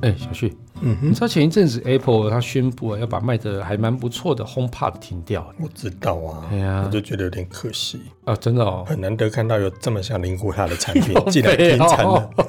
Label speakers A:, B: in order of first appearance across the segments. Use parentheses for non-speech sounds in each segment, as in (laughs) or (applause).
A: 哎、小旭，
B: 嗯
A: 你
B: 哼，
A: 知道前一阵子 Apple 它宣布啊要把卖的还蛮不错的 HomePod 停掉
B: 我知道啊，
A: 哎呀
B: 我就觉得有点可惜，
A: 啊，真的
B: (laughs)
A: 哦，
B: 很难得看到有这么想凝固它的产
A: (laughs)
B: 品
A: 靠
B: 竟然
A: 背
B: 停产
A: 哦
B: 了。，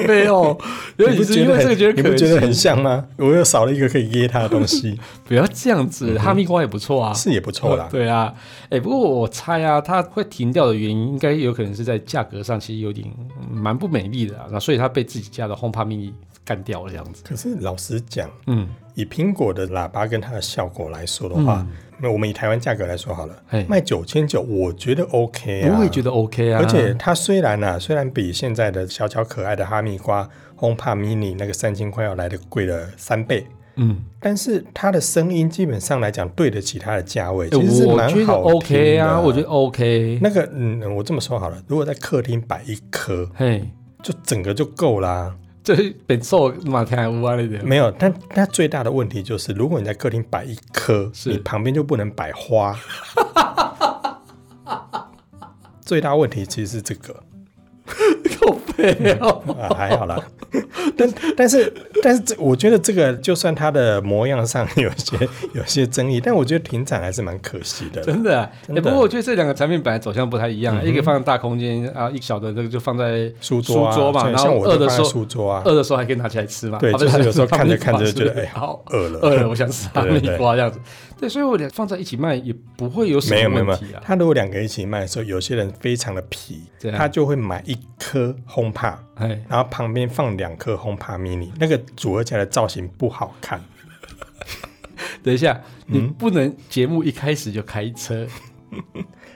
B: (laughs)
A: 没有，
B: 你
A: 原
B: 不
A: 来是
B: 觉
A: 因为这个觉得
B: 得很你
A: 可
B: 不觉得
A: 惜
B: 很像吗？我又少了一个可以噎它的
A: (laughs)
B: 东西，
A: 不要这样子，哈密瓜也不错啊。
B: 嗯是也不错啦。
A: 对啊，哎、不过我猜啊，它会停掉的原因，应该有可能是在价格上其实有点嗯蛮不美丽的、啊，那所以它被自己家的 HomePod mini 干掉了这样子。
B: 可是老实讲，
A: 嗯，
B: 以苹果的喇叭跟它的效果来说的话，那我们以台湾价格来说好了
A: 嘿，
B: 卖九千九，我觉得 OK 啊。
A: 我也觉得 OK 啊，
B: 而且它虽然啊，虽然比现在的小巧可爱的哈密瓜 HomePod Mini 那个三千块要来的贵了三倍，
A: 嗯，
B: 但是它的声音基本上来讲对得起它的价位，
A: 哎
B: 其实是
A: 我
B: 蛮
A: 觉得
B: 好听的
A: OK 啊，我觉得 OK。
B: 那个，嗯，我这么说好了，如果在客厅摆一颗，
A: 嘿，
B: 就整个就够啦。
A: 这本受马天乌啊那点，
B: 没有，但它最大的问题就是，如果你在客厅摆一颗，
A: 是
B: 你旁边就不能摆花。 (laughs) 最大问题其实是这个。
A: 够背 (laughs) 哦。
B: 啊，还好啦。 (laughs) 但但是但是这，我觉得这个就算它的模样上有些有些争议，但我觉得停产还是蛮可惜的啦。
A: 真的啊，哎、
B: 真的
A: 不过我觉得这两个产品本来走向不太一样、啊一个放在大空间啊，一个小的这个就放在
B: 书桌啊，
A: 书桌嘛，
B: 像
A: 然
B: 像
A: 后
B: 我
A: 饿
B: 就
A: 的
B: 放
A: 时
B: 在
A: 候
B: 书桌啊，
A: 饿的时候还可以拿起来吃嘛。
B: 对
A: 啊不
B: 就是有时候看着看着就觉得
A: 他们
B: 哎
A: 好
B: 饿了， (laughs)
A: 饿了，我想吃哈
B: 对对
A: 密
B: 对
A: 瓜这样子。对，所以我俩放在一起卖也不会有什
B: 没有没
A: 么
B: 有没
A: 问
B: 有
A: 题，啊。啊
B: 他如果两个一起卖的时候，有些人非常的皮
A: 怎，样
B: 他就会买一颗轰帕，
A: 哎，
B: 然后旁边放两颗轰帕 mini，那个组合起来的造型不好看。
A: 等一下，
B: 嗯
A: 你不能节目一开始就开车，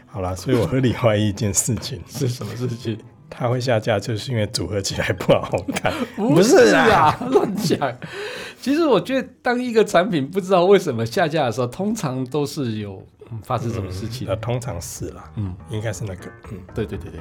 B: 好啦，所以我合理怀疑一件事情， (laughs)
A: 是什么事情？
B: 它会下架，就是因为组合起来不好看。
A: (laughs) 不是啊，乱讲。其实我觉得，当一个产品不知道为什么下架的时候，通常都是有、嗯发生什么事情。
B: 呃，通常是啦，嗯，应该是那个，嗯，
A: 对对对对，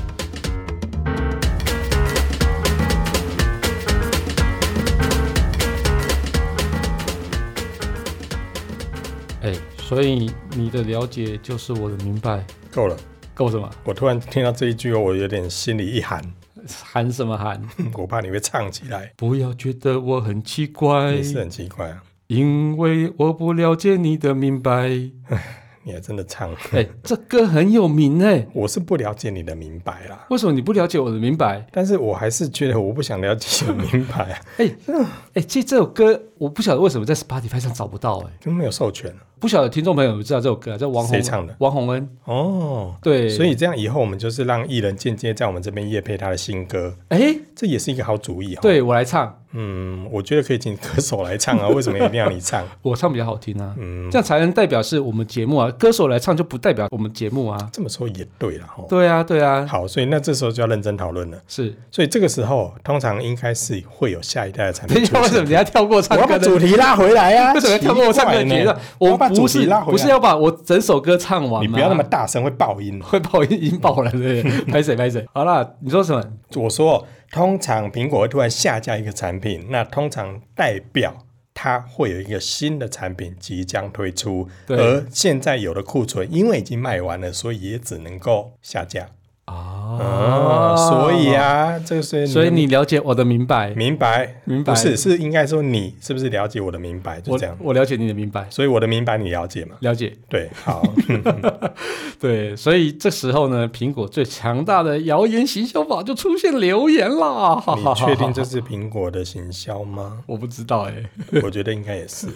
A: 哎，所以你的了解就是我的明白，
B: 够了，
A: 够什么？
B: 我突然听到这一句哦，我有点心里一寒， (laughs)
A: 喊什么 (laughs) 喊？
B: 嗯我怕你会唱起来，
A: 不要觉得我很奇怪
B: 也，是很奇怪啊，
A: 因为我不了解你的明白。
B: 你还真的唱， (laughs)
A: 哎，这歌很有名哎、
B: 我是不了解你的明白啦。
A: 为什么你不了解我的明白？
B: 但是我还是觉得我不想了解你的明白啊， (laughs)
A: 哎、哎，其实这首歌我不晓得为什么在 Spotify 上找不到哎、
B: 都没有授权啊
A: 不晓得听众朋友有没有知道这首歌、啊、叫王
B: 谁
A: 洪
B: 唱的
A: 王洪恩
B: 哦。
A: 对，
B: 所以这样以后我们就是让艺人间接在我们这边夜配他的新歌，
A: 哎、
B: 这也是一个好主意哈。，哦
A: 对我来唱，
B: 嗯，我觉得可以请歌手来唱啊，为什么一定要你唱？ (laughs)
A: 我唱比较好听啊，
B: 嗯
A: 这，样才能代表是我们节目啊，歌手来唱就不代表我们节目啊。
B: 这么说也对了哈。
A: 对啊，对啊，
B: 好，所以那这时候就要认真讨论了。 (laughs)
A: 是。
B: 所以这个时候通常应该是会有下一代的产
A: 等
B: 品
A: 一
B: 出
A: (laughs) 下，为什么
B: 现。
A: 你要跳过唱
B: 我要
A: 歌
B: 把
A: 的？
B: 主题拉回来啊！
A: (laughs) 为什么要跳过唱歌的
B: 奇怪
A: 节
B: 呢
A: 奏？
B: 我
A: 我
B: 要把
A: 不
B: 主
A: 是
B: 题拉回
A: 不是
B: 来，
A: 要哦把我整首歌唱完吗？啊
B: 你不要那么大声，会爆
A: (laughs)
B: 音。
A: 会爆音音爆了，对不
B: (laughs)
A: 对？拍谁拍谁？好啦，你说什么？
B: 我说，通常苹果会突然下架一个产品，那通常代表它会有一个新的产品即将推出，
A: 对
B: 而现在有的库存因为已经卖完了，所以也只能够下架。嗯
A: 啊
B: 所以，啊，这个是
A: 所以你了解我的明白，
B: 明白
A: 明白
B: 不是是应该说你是不是了解我的明白？就
A: 我
B: 这样，
A: 我了解你的明白，
B: 所以我的明白你了解吗？
A: 了解。
B: 对，
A: (laughs)
B: 好，
A: 对，所以这时候呢，苹果最强大的谣言行销法就出现留言啦。？
B: 你确定这？是苹果的行销吗
A: (laughs) 我不知道哎、
B: 我觉得应该也是，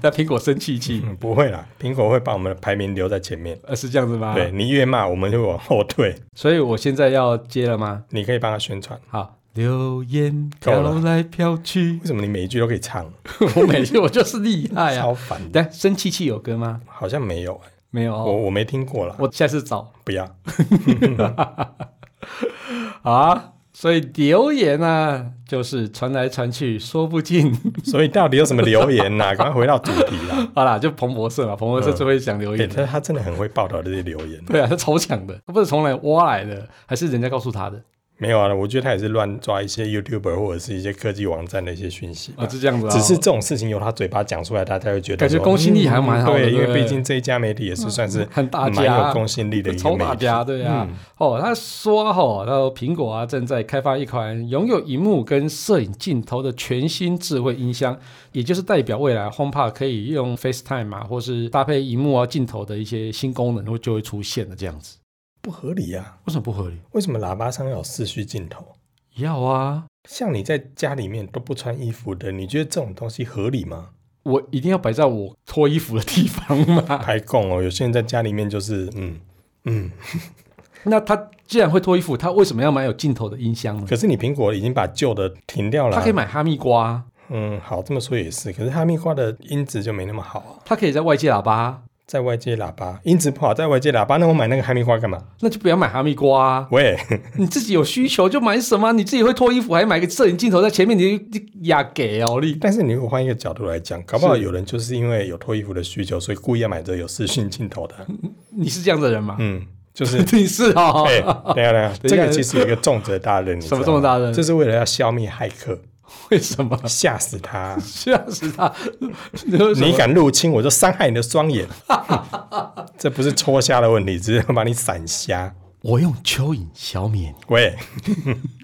A: 但苹果生气气，
B: 嗯不会啦，苹果会把我们的排名留在前面。
A: 呃，是这样子吗？
B: 对，你越骂，我们就往后退。
A: 所以我现在要接了吗？
B: 你可以帮他宣传。
A: 好，留言
B: 够了
A: 飘来飘去
B: 为，什么你每一句都可以唱？
A: (laughs) 我每次我就是厉害
B: (laughs)
A: 啊
B: 超！烦的，
A: 但生气气有歌吗？
B: 好像没有、欸，
A: 没有、
B: 我
A: 哦，
B: 我没听过了。
A: 我下次找
B: 不要，
A: 好啊。所以留言啊，就是传来传去说不尽。 (laughs)
B: 所以到底有什么留言呐、赶快回到主题啦。
A: 好啦，就彭博社嘛，彭博社最会讲留
B: 对，
A: 言的。
B: 他他真的很会报道这些留言。
A: 对啊， (laughs) 他超强的，他不是从哪里挖来的，还是人家告诉他的
B: 没有啊，我觉得他也是乱抓一些 YouTuber 或者是一些科技网站的一些讯息吧。
A: 啊，就这样子啊。
B: 只是这种事情由他嘴巴讲出来，大家会觉得
A: 感觉
B: 说嗯
A: 公信力还蛮好的
B: 对，因
A: 对
B: 为
A: 不对
B: 毕竟这一家媒体也是算是
A: 很大
B: 蛮
A: 家
B: 有公信力的一嗯个
A: 超
B: 媒
A: 大
B: 体。
A: 家，对啊。哦，他说哦，然后苹果啊正在开发一款拥有荧幕跟摄影镜头的全新智慧音箱，也就是代表未来 HomePod 可以用 FaceTime 啊，或是搭配荧幕啊镜头的一些新功能，会就会出现的这样子。
B: 不合理啊！
A: 为什么不合理？
B: 为什么喇叭上要有四虚镜头？
A: 要啊，
B: 像你在家里面都不穿衣服的，你觉得这种东西合理吗？
A: 我一定要摆在我脱衣服的地方嘛。
B: 排供哦，有些人在家里面就是嗯嗯，
A: (laughs) 那他既然会脱衣服，他为什么要买有镜头的音箱呢？
B: 可是你苹果已经把旧的停掉了
A: 他
B: 啊
A: 可以。买哈密瓜啊，
B: 嗯，好，这么说也是。可是哈密瓜的音质就没那么好啊，
A: 他可以在外界喇叭啊，
B: 在外接喇叭音质不好，在外接喇叭，那我买那个哈密瓜干嘛？
A: 那就不要买哈密瓜啊。
B: 喂，
A: 你自己有需求就买什么，你自己会脱衣服，还买个摄影镜头在前面，你你呀给哦你。
B: 但是你如果换一个角度来讲，搞不好
A: 是
B: 有人就是因为有脱衣服的需求，所以故意要买这有视讯镜头的。
A: 你是这样的人吗？
B: 嗯，就是。
A: (laughs) 你是哦，
B: 哎、等一下等
A: 一下
B: 一下，这个其实有一个重责大任，你知道
A: 什
B: 吗
A: 么重责大任
B: 这是为了要消灭骇客，
A: 为什么？
B: 吓
A: (laughs)
B: 死他！
A: 吓死他！你为什么
B: (laughs) 你敢入侵，我就伤害你的
A: (laughs)
B: 双眼。这不是戳瞎的问题，只是要把你闪瞎。
A: 我用蚯蚓消灭你。
B: 喂，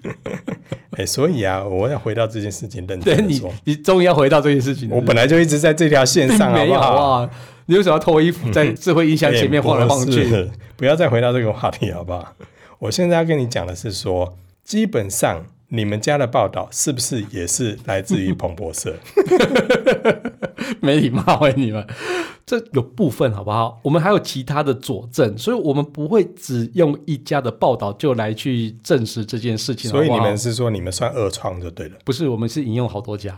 B: (laughs) 哎、所以啊，我要回到这件事情认
A: 对
B: 真的
A: 你
B: 说，，
A: 你终于要回到这件事情了。
B: 我本来就一直在这条线
A: 并
B: 上，
A: (laughs)
B: 好
A: 没
B: 不
A: 有
B: 好？嗯
A: 啊，你为什么要脱衣服在智慧音箱前面晃来晃
B: 哎不
A: 去？
B: 是 (laughs) 不要再回到这个话题好不好？我现在要跟你讲的是说，基本上你们家的报道是不是也是来自于彭
A: (laughs)
B: 博社？
A: 啊没礼貌哎、你们！这有部分好不好？我们还有其他的佐证，所以我们不会只用一家的报道就来去证实这件事情。
B: 所以
A: 好
B: 你
A: 不好
B: 们是说你们算二创就
A: (laughs)
B: 对了，
A: 不是，我们是引用好多
B: (laughs)
A: 家。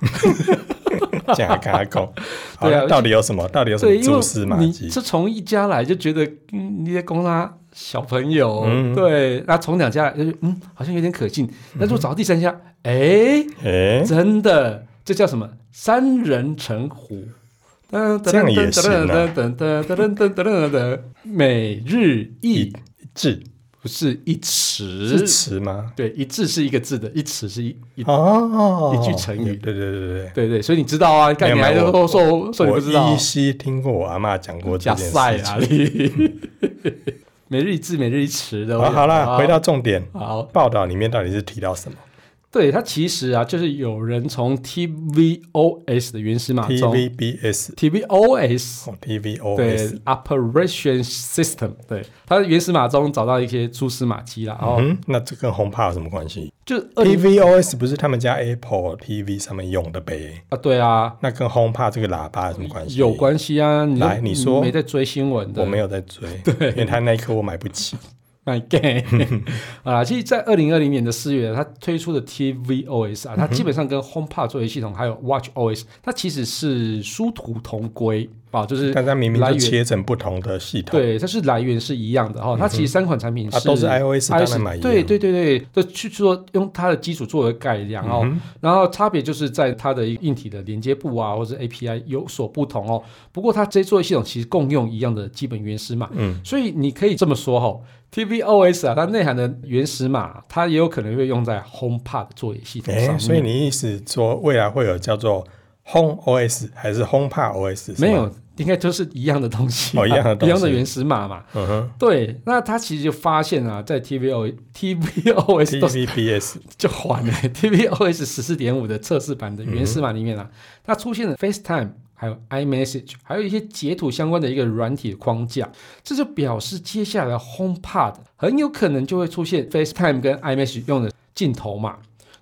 B: 这样还跟他讲？
A: (laughs)
B: 好
A: 对啊
B: 那到底有什么？到底有什么
A: 对，因为
B: 蛛丝马
A: 你
B: 迹？
A: 是从一家来就觉得，嗯，你在攻他小朋友，
B: 嗯
A: 对，那从两家来就是，嗯，好像有点可信。那如果找到第三家，
B: 嗯
A: 哎、
B: 哎、
A: 真的，这叫什么？三人成虎。噔
B: 这样也行啊
A: 噔噔噔噔噔噔噔，每日一
B: 一致
A: 不是一
B: 是
A: 词，
B: 词吗？
A: 对，一字是一个字的，一词是一一，
B: 哦，
A: 一句成语
B: 对对对对
A: 对对，所以你知道啊，干
B: 没有
A: 你还
B: 没有
A: 说说说
B: 对，
A: 你不知道
B: 我依，稀听过我阿嬷讲过这
A: 假
B: 件
A: 赛
B: 事
A: 啊
B: 情。
A: 你，每日一字，每日一词的，
B: 好，好
A: 啊
B: 啦，回到重点，
A: 好，
B: 报道里面到底是提到什么
A: 对它其实啊，就是有人从 TVOS 的原始码中
B: ？TVBS
A: ，TVOS
B: 哦，TVOS，
A: 对 Operation System，对它的原始码中找到一些蛛丝马迹啦，然后
B: 嗯，那这跟红帕有什么关系
A: 就哦二零
B: ？TVOS 不是他们家 Apple TV 上面用的呗？
A: 啊，对啊，
B: 那跟红帕这个喇叭有什么关系？
A: 有，关系啊，你
B: 来你说
A: 没在追新闻的，
B: 我没有在
A: (laughs)
B: 追，对，因为他那一颗我买不起。
A: My
B: (laughs)
A: gay 啊，其实，在二零二零年的四月，它推出的 TVOS
B: 嗯
A: 啊，它基本上跟 HomePod 作业系统还有 WatchOS，它其实是殊途同归啊，就是
B: 但它明明
A: 来
B: 就
A: 源
B: 切成不同的系统，
A: 对，它是来源是一样的哈、它其实三款产品是、
B: 嗯啊都是 iOS 当然买一样
A: 对对对对，就去做用它的基础作为改良
B: 嗯
A: 哦，然后差别就是在它的硬体的连接部啊，或者 API 有所不同哦。不过它这些作业系统其实共用一样的基本原始码，
B: 嗯，
A: 所以你可以这么说哈、TVOS 啊，它内涵的原始码，它也有可能会用在 HomePod 作业系统上
B: 哎，
A: 面。
B: 所以你意思说未来会有叫做 Home OS 还是 Home 帕 OS？是吗
A: 没，有，应该都是一样的东西啊、
B: 哦一样的东
A: 一样的
B: 西
A: 原始码嘛。
B: 嗯哼
A: (laughs) 对，那他其实就发现啊，在 TVO TVOS 都
B: ，TVBS
A: 就缓了 (laughs) TVOS 十四点五的测试版的原始码里面啊，它出现了 FaceTime。还有 iMessage，还有一些截图相关的一个软体框架，这就表示接下来的 HomePod 很有可能就会出现 FaceTime 跟 iMessage 用的镜头码，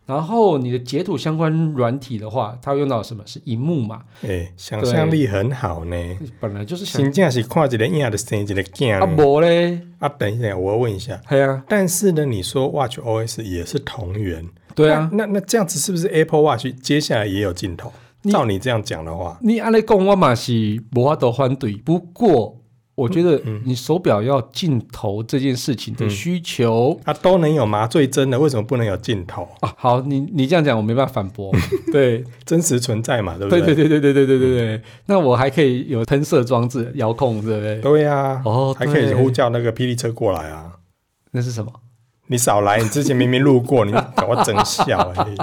A: 然后你的截图相关软体的话，它会用到什么是荧幕码？
B: 哎，想象力很好呢。
A: 本来就是想
B: 真正是看一个影的生一个镜
A: 啊，
B: 呢。
A: 无嘞，
B: 啊，等一下，我要问一下，
A: 对啊，
B: 但是呢，你说 Watch OS 也是同源，
A: 对啊，
B: 那那那这样子是不是 Apple Watch 接下来也有镜头
A: 你？
B: 照你这样讲的话，
A: 你安尼讲，我嘛是无法度反对。不过我觉得你手表要镜头这件事情的需求、
B: 啊，都能有麻醉针的，为什么不能有镜头？
A: 啊，好，你你这样讲我没办法反驳，对
B: 真实存在嘛，对不
A: 对对
B: 对
A: 对对对对对对对，那我还可以有喷射装置遥控，对不对？
B: 对呀、
A: 哦
B: 还可以
A: 对
B: 呼叫那个霹雳车过来啊！
A: 那是什么？
B: 你少来，你之前明明路过，你 (laughs) 搞我整
A: (laughs)
B: 笑哎而已。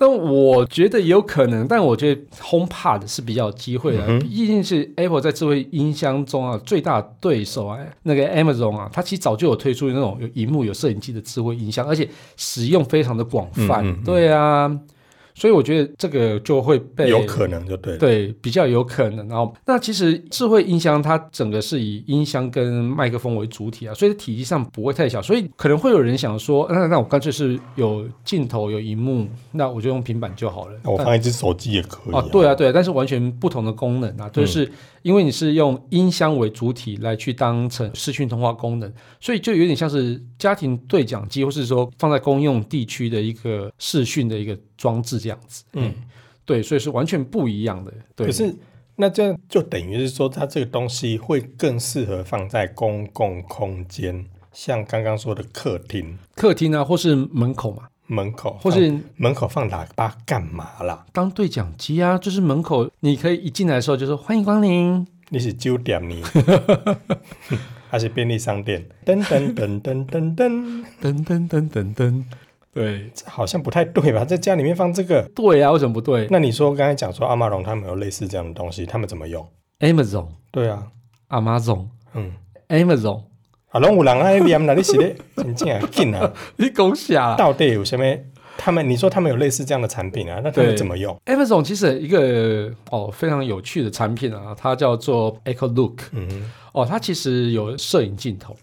A: 但我觉得也有可能，但我觉得 HomePod 是比较有机会的，啊
B: 嗯
A: 毕竟是 Apple 在智慧音箱中啊最大的对手啊，那个 Amazon 啊，它其实早就有推出那种有荧幕、有摄影机的智慧音箱，而且使用非常的广泛。
B: 嗯嗯嗯
A: 对啊，所以我觉得这个就会被
B: 有可能就对了。
A: 对，比较有可能。然后，那其实智慧音箱它整个是以音箱跟麦克风为主体啊，所以体积上不会太小，所以可能会有人想说，那那我干脆是有镜头有荧幕，那我就用平板就好了。
B: 那我
A: 但
B: 放一只手机也哦可以、嗯
A: 哦，对啊，对啊，但是完全不同的功能啊，就是因为你是用音箱为主体来去当成视讯通话功能，所以就有点像是家庭对讲机，或是说放在公用地区的一个视讯的一个装置这样子。
B: 嗯，
A: 对，所以是完全不一样的。对，
B: 可是那这样就等于是说，它这个东西会更适合放在公共空间，像刚刚说的客厅
A: 客厅啊，或是门口嘛，
B: 门口放，
A: 或是
B: 门口放喇叭干嘛啦？
A: 当对讲机啊，就是门口你可以一进来的时候就说欢迎光临。
B: 你是九点
A: (laughs)
B: 你，还是便利商店？噔噔噔噔噔噔，
A: 噔噔噔噔噔，对
B: 这好像不太对吧？在家里面放这个。
A: 对啊，为什么不对
B: 那你说刚才讲说阿玛龙他们有类似这样的东西，他们怎么用？
A: ？Amazon、
B: 对啊，
A: Amazon、
B: 嗯，
A: Amazon， (laughs)
B: 啊，拢有人爱念啦，你是咧 (laughs) 真正啊紧啊？
A: 你狗傻啊
B: 到底有什么？他们你说他们有类似这样的产品啊？那他们
A: 对
B: 怎么用？
A: ！Amazon 其实有一个哦非常有趣的产品啊，它叫做 Echo Look。
B: 嗯，
A: 哦，它其实有摄影镜头。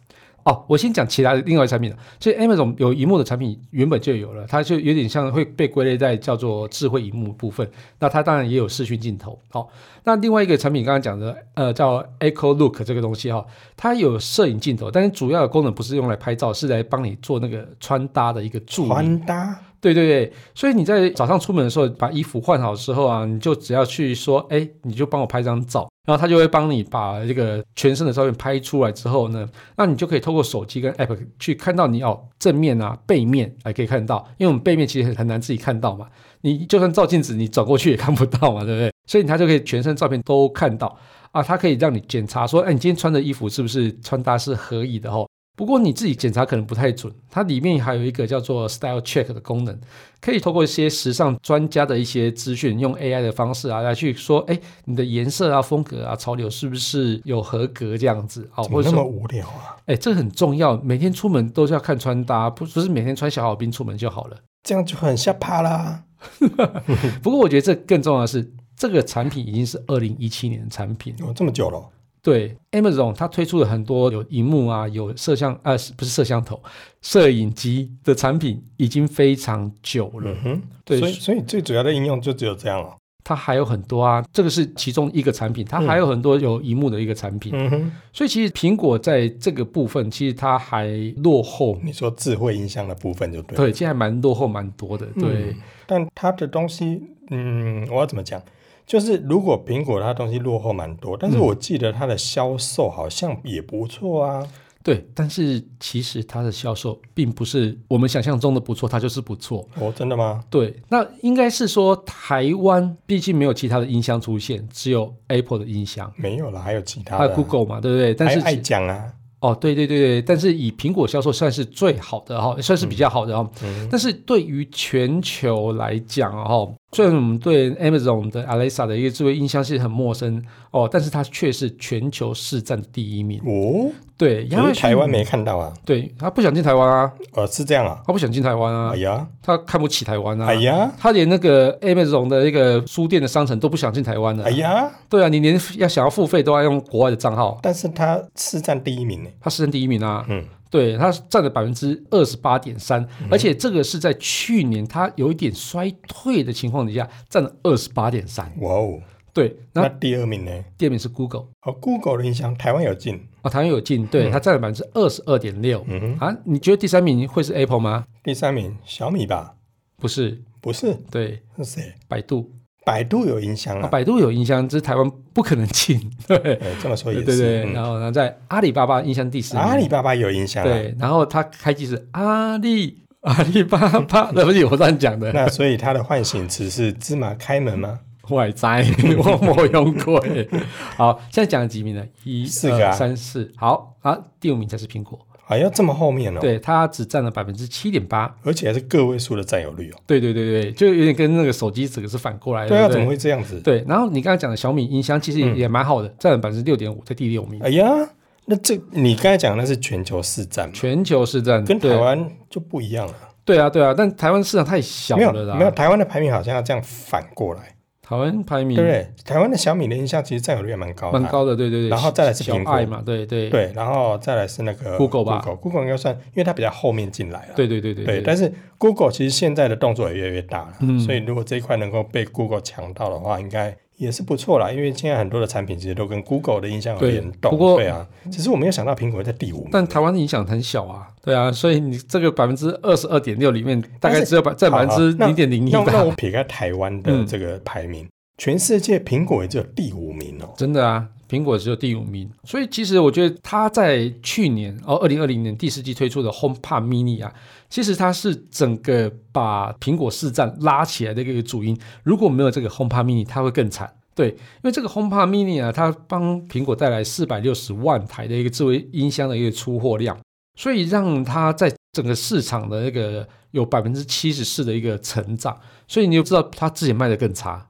A: 哦，我先讲其他的另外一个产品了。所以 Amazon 有荧幕的产品原本就有了，它就有点像会被归类在叫做智慧荧幕部分。那它当然也有视讯镜头。好、那另外一个产品刚刚讲的，呃，叫 Echo Look 这个东西哈、它有摄影镜头，但是主要的功能不是用来拍照，是来帮你做那个穿搭的一个助理。
B: 穿搭
A: 对对对，所以你在早上出门的时候，把衣服换好之后啊，你就只要去说，哎，你就帮我拍张照，然后他就会帮你把这个全身的照片拍出来之后呢，那你就可以透过手机跟 app 去看到你哦正面啊、背面还可以看到，因为我们背面其实很难自己看到嘛，你就算照镜子，你转过去也看不到嘛，对不对？所以它就可以全身照片都看到啊，它可以让你检查说，哎，你今天穿的衣服是不是穿搭是合宜的哦。不过你自己检查可能不太准，它里面还有一个叫做 Style Check 的功能，可以透过一些时尚专家的一些资讯，用 AI 的方式啊来去说，哎，你的颜色啊、风格啊、潮流是不是有合格这样子啊、
B: 怎
A: 或
B: 么
A: 者
B: 那
A: 说
B: 么无聊啊？
A: 哎，这个很重要，每天出门都是要看穿搭，不不是每天穿小好兵出门就好了。
B: 这样就很下趴啦。
A: 不过我觉得这更重要的是，这个产品已经是二零一七年的产品。
B: 哦，这么久了，
A: 对 Amazon，它推出了很多有荧幕啊、有摄像啊、不是摄像头、摄影机的产品，已经非常久了。
B: 嗯哼，
A: 对
B: 所以所以最主要的应用就只有这样了。
A: 它还有很多啊，这个是其中一个产品，它还有很多有荧幕的一个产品。
B: 嗯哼，
A: 所以其实苹果在这个部分，其实它还落后，
B: 你说智慧音箱的部分就对了。
A: 对，其实还蛮落后蛮多的。对，
B: 嗯但它的东西，嗯，我要怎么讲？就是如果苹果它的东西落后蛮多，但是
A: 嗯
B: 我记得它的销售好像也不错啊。
A: 对，但是其实它的销售并不是我们想象中的不错，它就是不错。
B: 哦，真的吗？
A: 对，那应该是说台湾毕竟没有其他的音箱出现，只有 Apple 的音箱，
B: 没有啦，还有其他
A: 还
B: 的、啊
A: 有 Google 嘛，对不对？但是
B: 还爱
A: 其
B: 讲啊，
A: 哦，对对对对，但是以苹果销售算是最好的哈、算是比较好的哈、
B: 嗯
A: 但是对于全球来讲哦，虽然我们对 Amazon 的 Alexa 的一个智慧音箱是很陌生哦，但是它却是全球市占的第一名。
B: 哦，
A: 对，亚
B: 可
A: 马
B: 是
A: 逊
B: 台湾，没看到啊，
A: 对他不想进台湾啊，
B: 哦，是这样啊，
A: 他不想进台湾啊
B: 哎，呀，
A: 他看不起台湾啊。
B: 哎呀，
A: 他连那个 Amazon 的那个书店的商城都不想进台湾了。
B: 哎呀，
A: 对啊，你连要想要付费都要用国外的账号，
B: 但是它是占第一名呢，
A: 它市占第一名啊。
B: 嗯，
A: 对，它占了百分之二十八点三，而且这个是在去年它有一点衰退的情况底下，占了二十八点三。
B: 哇哦，
A: 对，
B: 那
A: 那
B: 第二名呢？
A: 第二名是 Google
B: 哦，Google 的音箱台湾有进，
A: 啊，台湾有进，对，它占了百分之二十二点六。
B: 嗯哼，
A: 啊，你觉得第三名会是 Apple 吗？
B: 第三名小米吧？
A: 不是，
B: 不是，
A: 对，
B: 是谁？
A: 百度。
B: 百度有音箱
A: 啊，
B: 啊，
A: 百度有音箱，这是台湾不可能进，对
B: 对，这么说也
A: 对
B: 是。
A: 呃对对。
B: 嗯
A: 然后呢，在阿里巴巴音箱第四名，
B: 阿里巴巴有音箱啊，
A: 对，然后它开机是阿里阿里巴巴，对不起，我乱讲的，
B: 那所以它的唤醒词是芝麻开门吗？
A: 我也在， (laughs) 我没用过。好，现在讲几名呢？一、
B: 四个
A: 二、
B: 啊
A: 三、四。好，啊，第五名才是苹果，
B: 啊，要这么后面哦，
A: 对，它只占了百分之七点八。
B: 而且还是个位数的占有率哦。
A: 对对对对，就有点跟那个手机整个是反过来的。
B: 对啊，
A: 不
B: 怎么会这样子？
A: 对，然后你刚才讲的小米音箱其实也也蛮好的，占了百分之六点五，在第六名，
B: 哎呀，那这你刚才讲的那是全球市占嘛，
A: 全球是占
B: 跟台
A: 对
B: 湾就不一样了。
A: 对啊对啊，但台湾市场太小
B: 没有
A: 了啦，
B: 没有，台湾的排名好像要这样反过来，
A: 台湾排名
B: 对啊不对？台湾的小米的音箱其实占有率也蛮高的啊，
A: 嗯蛮高的，对对对，
B: 然后再来是
A: 小
B: 苹果
A: 爱嘛，对对
B: 对，然后再来是那个
A: Google 吧
B: Google，Google 应该算，因为它比较后面进来了。
A: 对对对对
B: 对，但是 Google 其实现在的动作也越来越大了，
A: 嗯
B: 所以如果这一块能够被 Google 抢到的话，应该也是不错啦。因为现在很多的产品其实都跟 Google 的印象有
A: 对
B: 联动，
A: 不过
B: 对啊，只是我没有想到苹果会在第五名，
A: 但台湾的影响很小啊，对啊，所以你这个百分之二十二点六里面，大概只有百占百分之
B: 好好
A: 零点零一
B: 那那
A: 吧
B: 我，撇开台湾的
A: 嗯
B: 这个排名，全世界苹果也只有第五名哦。
A: 真的啊，苹果只有第五名，所以其实我觉得它在去年哦，二零二零年第四季推出的 HomePod Mini 啊，其实它是整个把苹果市占拉起来的一个主因，如果没有这个 HomePod Mini，它会更惨。对，因为这个 HomePod Mini 啊，它帮苹果带来四百六十万台的一个智慧音箱的一个出货量，所以让它在整个市场的那个有百分之七十四的一个成长，所以你就知道它自己卖的更差，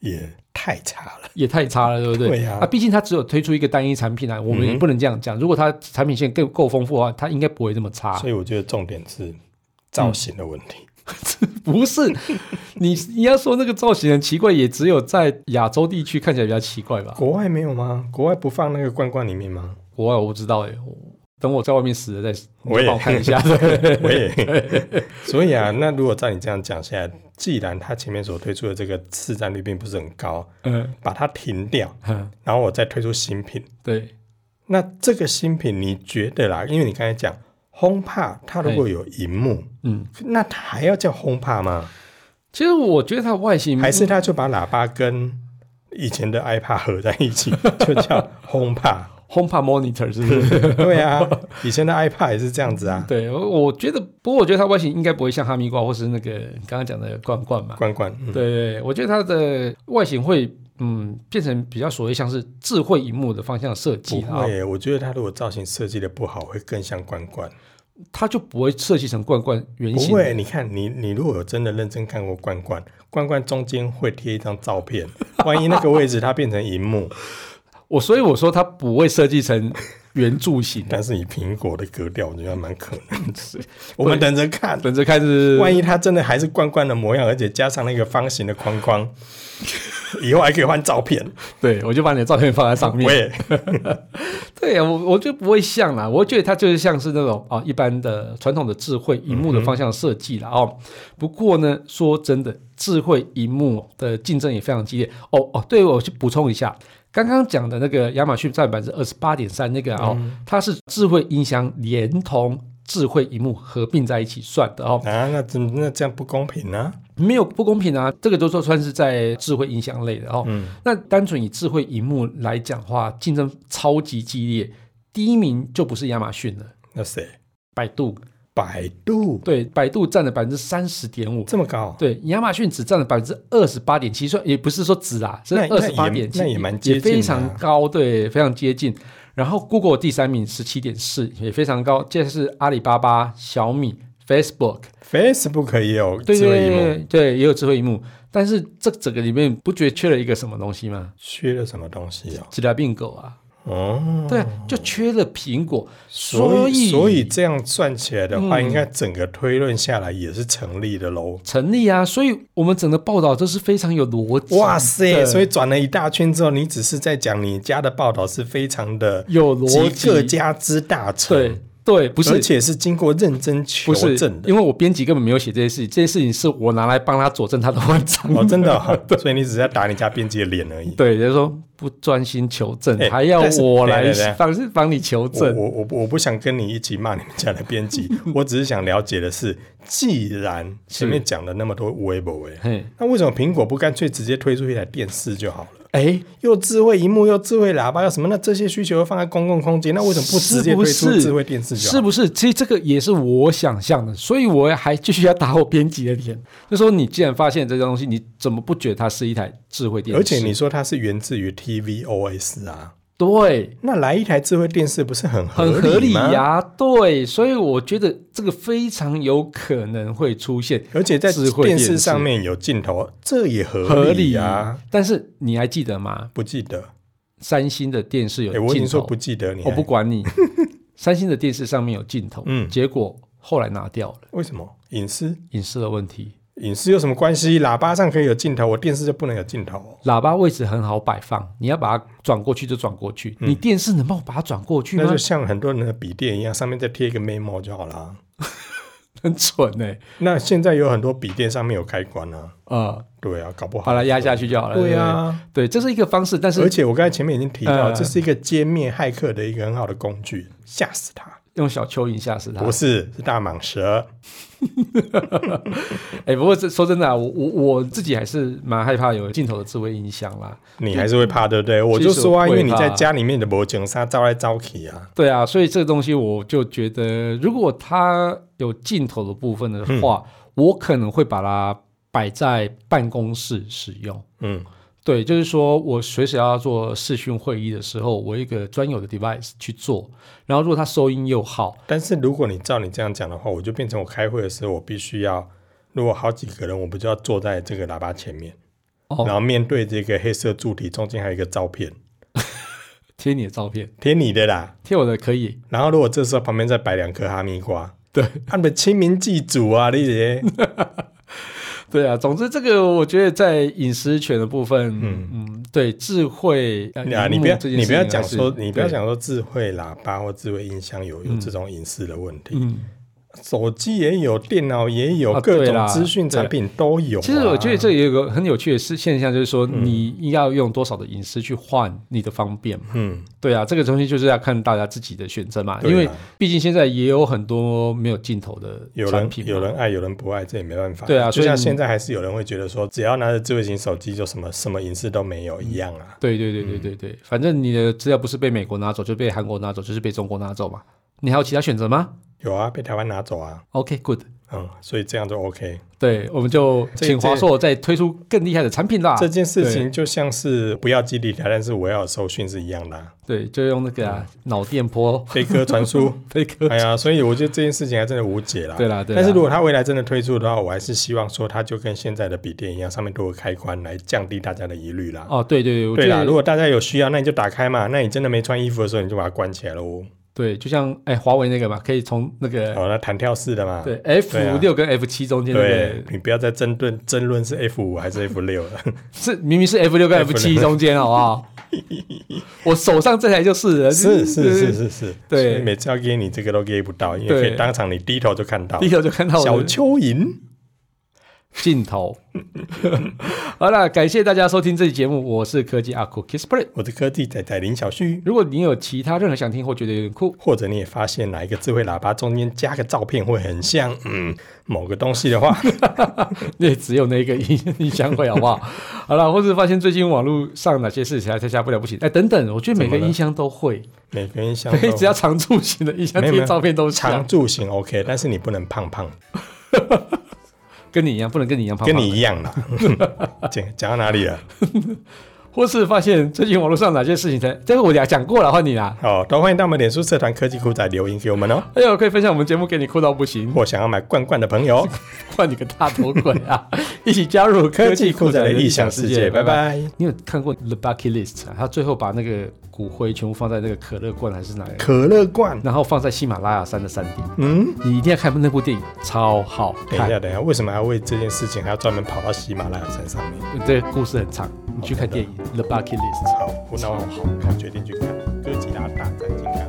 B: 也太差了，
A: 也太差了，对不对？
B: 对呀、
A: 啊，毕竟它只有推出一个单一产品啊，我们
B: 嗯
A: 也
B: 哼
A: 不能这样讲。如果它产品线够够丰富的话，它应该不会这么差。
B: 所以我觉得重点是造型的问题。
A: 啊不
B: (laughs)
A: 是，你你要说那个造型很奇怪，也只有在亚洲地区看起来比较奇怪吧。
B: 国外没有吗？国外不放那个罐罐里面吗？
A: 国外我不知道哎、我等我在外面死了再，
B: 我
A: 你再
B: 也
A: 帮我看一
B: (laughs)
A: 下。
B: 我也， (laughs) 所以啊，那如果照你这样讲下来，既然它前面所推出的这个市占率并不是很高，
A: 嗯
B: 把它停掉，
A: 哼，
B: 然后我再推出新品，
A: 嗯对，
B: 那这个新品你觉得啦？因为你刚才讲 HomePod，它如果有荧幕，
A: 嗯，
B: 那它还要叫 HomePod 吗？
A: 其实我觉得它的外形
B: 还是它就把喇叭跟以前的 iPad 合在一起， (laughs) 就叫 HomePod？
A: HomePod Monitor 是不
B: (laughs)
A: 是？
B: 对啊，以前的 iPad 也是这样子啊，
A: 对，我我觉得，不过我觉得它外形应该不会像哈密瓜或是那个你刚刚讲的罐罐嘛。
B: 关关，嗯，
A: 对，我觉得它的外形会嗯变成比较所谓像是智慧荧幕的方向设
B: 不
A: 计啊
B: 会，耶，我觉得它如果造型设计的不好，会更像关关。
A: 它就不会设计成罐罐圆
B: 不
A: 形。
B: 会，你看，你你如果有真的认真看过罐罐，罐罐中间会贴一张照片，万一那个位置它变成荧幕，，
A: 我所以我说它不会设计成圆柱形
B: (laughs) 但是以苹果的格调，我觉得蛮可能
A: (laughs)
B: 的。我们等着看，
A: 等着看是
B: 万一它真的还是罐罐的模样，而且加上那个方形的框框，以后还可以换
A: (laughs)
B: 照片。
A: 对，我就把你的照片放在上面。
B: 喂，
A: 对啊，我我就不会像啦，我觉得它就是像是那种啊一般的传统的智慧荧幕的方向设计啦、哦。不过呢，说真的，智慧荧幕的竞争也非常激烈。哦哦，对，我去补充一下，刚刚讲的那个亚马逊占百分之二十八点三那个啊哦，它是智慧音箱连同。智慧荧幕合并在一起算的哦，
B: 啊，那怎那这样不公平啊？
A: 没有不公平啊，这个都说算是在智慧音箱类的哦。
B: 嗯
A: 那单纯以智慧荧幕来讲的话，竞争超级激烈，第一名就不是亚马逊了，
B: 那谁？
A: 百度。
B: 百度
A: 对，百度占了百分之三十点五，
B: 这么高？啊
A: 对，亚马逊只占了百分之二十八点七，算也不是说只啦，是
B: 那
A: 二十八
B: 那也
A: 点七，
B: 那也蛮
A: 也
B: 接近的啊
A: 非常高，对，非常接近。然后 Google 第三名十七点四，也非常高，接着是阿里巴巴、小米、Facebook，
B: Facebook 也有
A: 对
B: 智
A: 对
B: 慧荧幕，
A: 对对，也有智慧荧幕。但是这整个里面不觉得缺了一个什么东西吗？
B: 缺了什么东西哦？
A: 治疗病狗啊，
B: 哦，
A: 对啊，就缺了苹果，
B: 所以，
A: 以
B: 所以这样算起来的话，
A: 嗯
B: 应该整个推论下来也是成立的喽。
A: 成立啊，所以我们整个报道都是非常有逻辑的，
B: 哇塞！所以转了一大圈之后，你只是在讲你家的报道是非常的
A: 有
B: 集
A: 逻
B: 各
A: 辑，
B: 家之大成。
A: 对，对，不
B: 而
A: 是
B: 且是经过认真求
A: 不是
B: 证，的。
A: 因为我编辑根本没有写这些事情，这些事情是我拿来帮他佐证他的文章。
B: (laughs) 哦，
A: (laughs)
B: 真的、哦，所以你只是在打你家编辑的脸而已。
A: 对，就是说不专心求证，
B: 哎
A: 还要
B: 但是
A: 我
B: 等
A: 来
B: 一下等一下
A: 帮帮你求
B: 我
A: 证。
B: 我我不我不想跟你一起骂你们家的
A: (laughs)
B: 编辑，我只是想了解的是，既然前面讲了那么多微博微，
A: 嘿，
B: 那为什么苹果不干脆直接推出一台电视就好了？
A: 哎，
B: 又智慧荧幕，又智慧喇叭，又什么？那这些需求又放在公共空间，那为什么不直接推
A: 是不
B: 出
A: 是
B: 智慧电视就是好？
A: 不是？其实这个也是我想象的，所以我还继续要打我编辑的脸，就说你既然发现这个东西，你怎么不觉得它是一台智慧电视？
B: 而且你说它是源自于 TVOS 啊，
A: 对，
B: 那来一台智慧电视不是很
A: 很合理
B: 吗？
A: 呀、对，所以我觉得这个非常有可能会出现
B: 而且在
A: 智慧
B: 电
A: 电视
B: 视上面有镜头，这也
A: 合
B: 合
A: 理
B: 啊。。
A: 但是你还记得吗？
B: 不记得，
A: 三星的电视有
B: 哎、我已
A: 镜
B: 经说
A: 头，
B: 不记得你还，
A: 我不管 (laughs) 你。三星的电视上面有镜头，
B: 嗯
A: 结果后来拿掉了，
B: 为什么隐私？
A: 影视的问题。
B: 隐私有什么关系？喇叭上可以有镜头，我电视就不能有镜头哦、
A: 喇叭位置很好摆放，你要把它转过去就转过去。你电视能帮我把它转过去
B: 嗯那
A: 吗
B: 就？像很多人的笔电一样，上面再贴一个 memo 就好啦。
A: 很蠢哎、
B: 那现在有很多笔电上面有开关啊，
A: 呃，
B: 对啊，搞不好
A: 把它压下去就好了。
B: 对
A: 呀、
B: 啊，
A: 对，这是一个方式，但
B: 而
A: 是
B: 且我刚才前面已经提到，
A: 嗯
B: 这是一个歼灭骇客的一个很好的工具，吓死他！
A: 用小蚯蚓吓死它
B: 不。是，是大蟒蛇。
A: 哎、不过这说真的、啊，我我我自己还是蛮害怕有镜头的智慧音响啦。
B: 你还是会怕，对不对？我就说啊，因为你在家里面的魔警杀招来招去啊，
A: 对啊，所以这个东西我就觉得，如果它有镜头的部分的
B: 嗯
A: 话，我可能会把它摆在办公室使用。
B: 嗯，
A: 对，就是说我随时要做视讯会议的时候，我有一个专有的 device 去做。然后如果它收音又好，
B: 但是如果你照你这样讲的话，我就变成我开会的时候，我必须要，如果好几个人，我不就要坐在这个喇叭前面，
A: 哦
B: 然后面对这个黑色柱体，中间还有一个照片，
A: 贴你的照片，
B: 贴你的啦。
A: 贴我的可以。
B: 然后如果这时候旁边再摆两颗哈密瓜，对，他们清明祭祖啊，那些，
A: 对啊，总之这个我觉得在隐私权的部分，嗯嗯，对智慧呃
B: 啊，你
A: 荧幕
B: 不要
A: 这件
B: 你不要
A: 事情
B: 讲
A: 还是
B: 说，你不要
A: 对
B: 讲说智慧喇叭或智慧音箱有有这种隐私的问题，
A: 嗯。
B: 手机也有，电脑也有，
A: 啊
B: 各
A: 对
B: 种
A: 啦
B: 资讯产品都有啊、嗯
A: 其实我觉得这也有个很有趣的事现象，就是说你要用多少的隐私去换你的方便嘛？
B: 嗯，
A: 对啊，这个东西就是要看大家自己的选择嘛，
B: 对啊
A: 因为毕竟现在也有很多没有镜头的
B: 有
A: 产
B: 人
A: 品嘛，啊
B: 有人爱，有人不爱，这也没办法。
A: 对啊所
B: 就
A: 以
B: 像
A: 你
B: 现在还是有人会觉得说，只要拿着智慧型手机，就什么什么隐私都
A: 嗯
B: 没有一样啊。
A: 对对对对对对，反正你的资料不是被美国拿走，就被韩国拿走，就是被中国拿走嘛。你还有其他选择吗
B: 有啊，被台湾拿走啊，
A: ？OK，good、
B: 嗯，所以这样就 OK。
A: 对，我们就
B: 这
A: 请华硕再推出更厉害的产品啦
B: 这。件事情就像是不要基地台，但是我要有收讯是一样的、啊，
A: 对，就用那个、啊脑电波
B: 嗯 (laughs) 飞鸽
A: (laughs)
B: 传书。
A: 飞科。
B: 哎呀，所以我觉得这件事情还真的无解啦。
A: 对啦对啦啊
B: 但是如果它未来真的推出的话，我还是希望说它就跟现在的笔电一样，上面都有开关来降低大家的疑虑啦。
A: 哦，对对对，我
B: 对
A: 觉
B: 啦，如
A: 得
B: 果大家有需要，那你就打开嘛。那你真的没穿衣服的时候，你就把它关起来喽。
A: 对，就像哎，华为那个嘛，可以从那个、
B: 好，那弹跳式的嘛。
A: 对 F
B: 哦对啊
A: 六跟 F 七中间
B: 对，
A: 那个，
B: 你不要再争论争论是 F 五还是 F 六
A: (laughs)
B: 了。
A: 是明明是 F 六跟 F 七
B: F6
A: 中间，好不
B: (laughs)
A: 好？我手上这台就是了，
B: 是是
A: (laughs)
B: 是，是是，
A: 对
B: 所以每次要给你这个都给不到，因为
A: 对
B: 可以当场你低头就看到
A: 低头就看到我的
B: 小蚯蚓。
A: 镜头。 (laughs) 好了，感谢大家收听这期节目，我是科技阿酷 Kissplay。
B: 我的科技仔仔林小旭。
A: 如果你有其他任何想听或觉得有点酷， (laughs)
B: 或者你也发现哪一个智慧喇叭中间加个照片会很像，嗯，某个东西的话，
A: 那也只有那个音音箱会好不好？ (laughs) 好了，或是发现最近网络上哪些事情还在下不了不行，哎，等等，我觉得每个
B: 怎么了
A: 音箱都会，
B: 每个人像
A: 对， (laughs) 只要常驻型的音箱
B: 没有没
A: 贴
B: 有
A: 照片都
B: 常
A: 像，
B: 住型 OK，但是你不能胖胖，
A: 跟你一样，不能跟你一样胖胖
B: 跟你一样啦。
A: (laughs)
B: (laughs) 讲讲到哪里了？
A: 或是发现最近网络上哪些事情才，这个我俩讲过了，换你啦。
B: 哦，都欢迎到我们脸书社团科技酷仔留言给我们哦。
A: 还有可以分享我们节目给你酷到不行，
B: 或想要买罐罐的朋友，
A: 换你个大头鬼啊！ (laughs) 一起加入 (laughs)
B: 科
A: 科技
B: 技酷
A: 酷
B: 仔
A: 宅
B: 的
A: 的
B: 异
A: 异
B: 想
A: 想世
B: 世界，
A: 界，
B: 拜
A: 拜拜。
B: 拜。
A: 你有看过《The Bucket List》啊？他最后把那个骨灰全部放在那个可乐罐还是哪里，
B: 可乐罐，
A: 然后放在喜马拉雅山的山顶。
B: 嗯，
A: 你一定要看那部电影，超好
B: 等一
A: 看。
B: 下，等一下，为什么要为这件事情还要专门跑到喜马拉雅山上面？
A: 这个故事很长，你去看电
B: 哦
A: 影《The Bucket List》。
B: 好，我那我好，我决定去看哥吉拉大战金刚。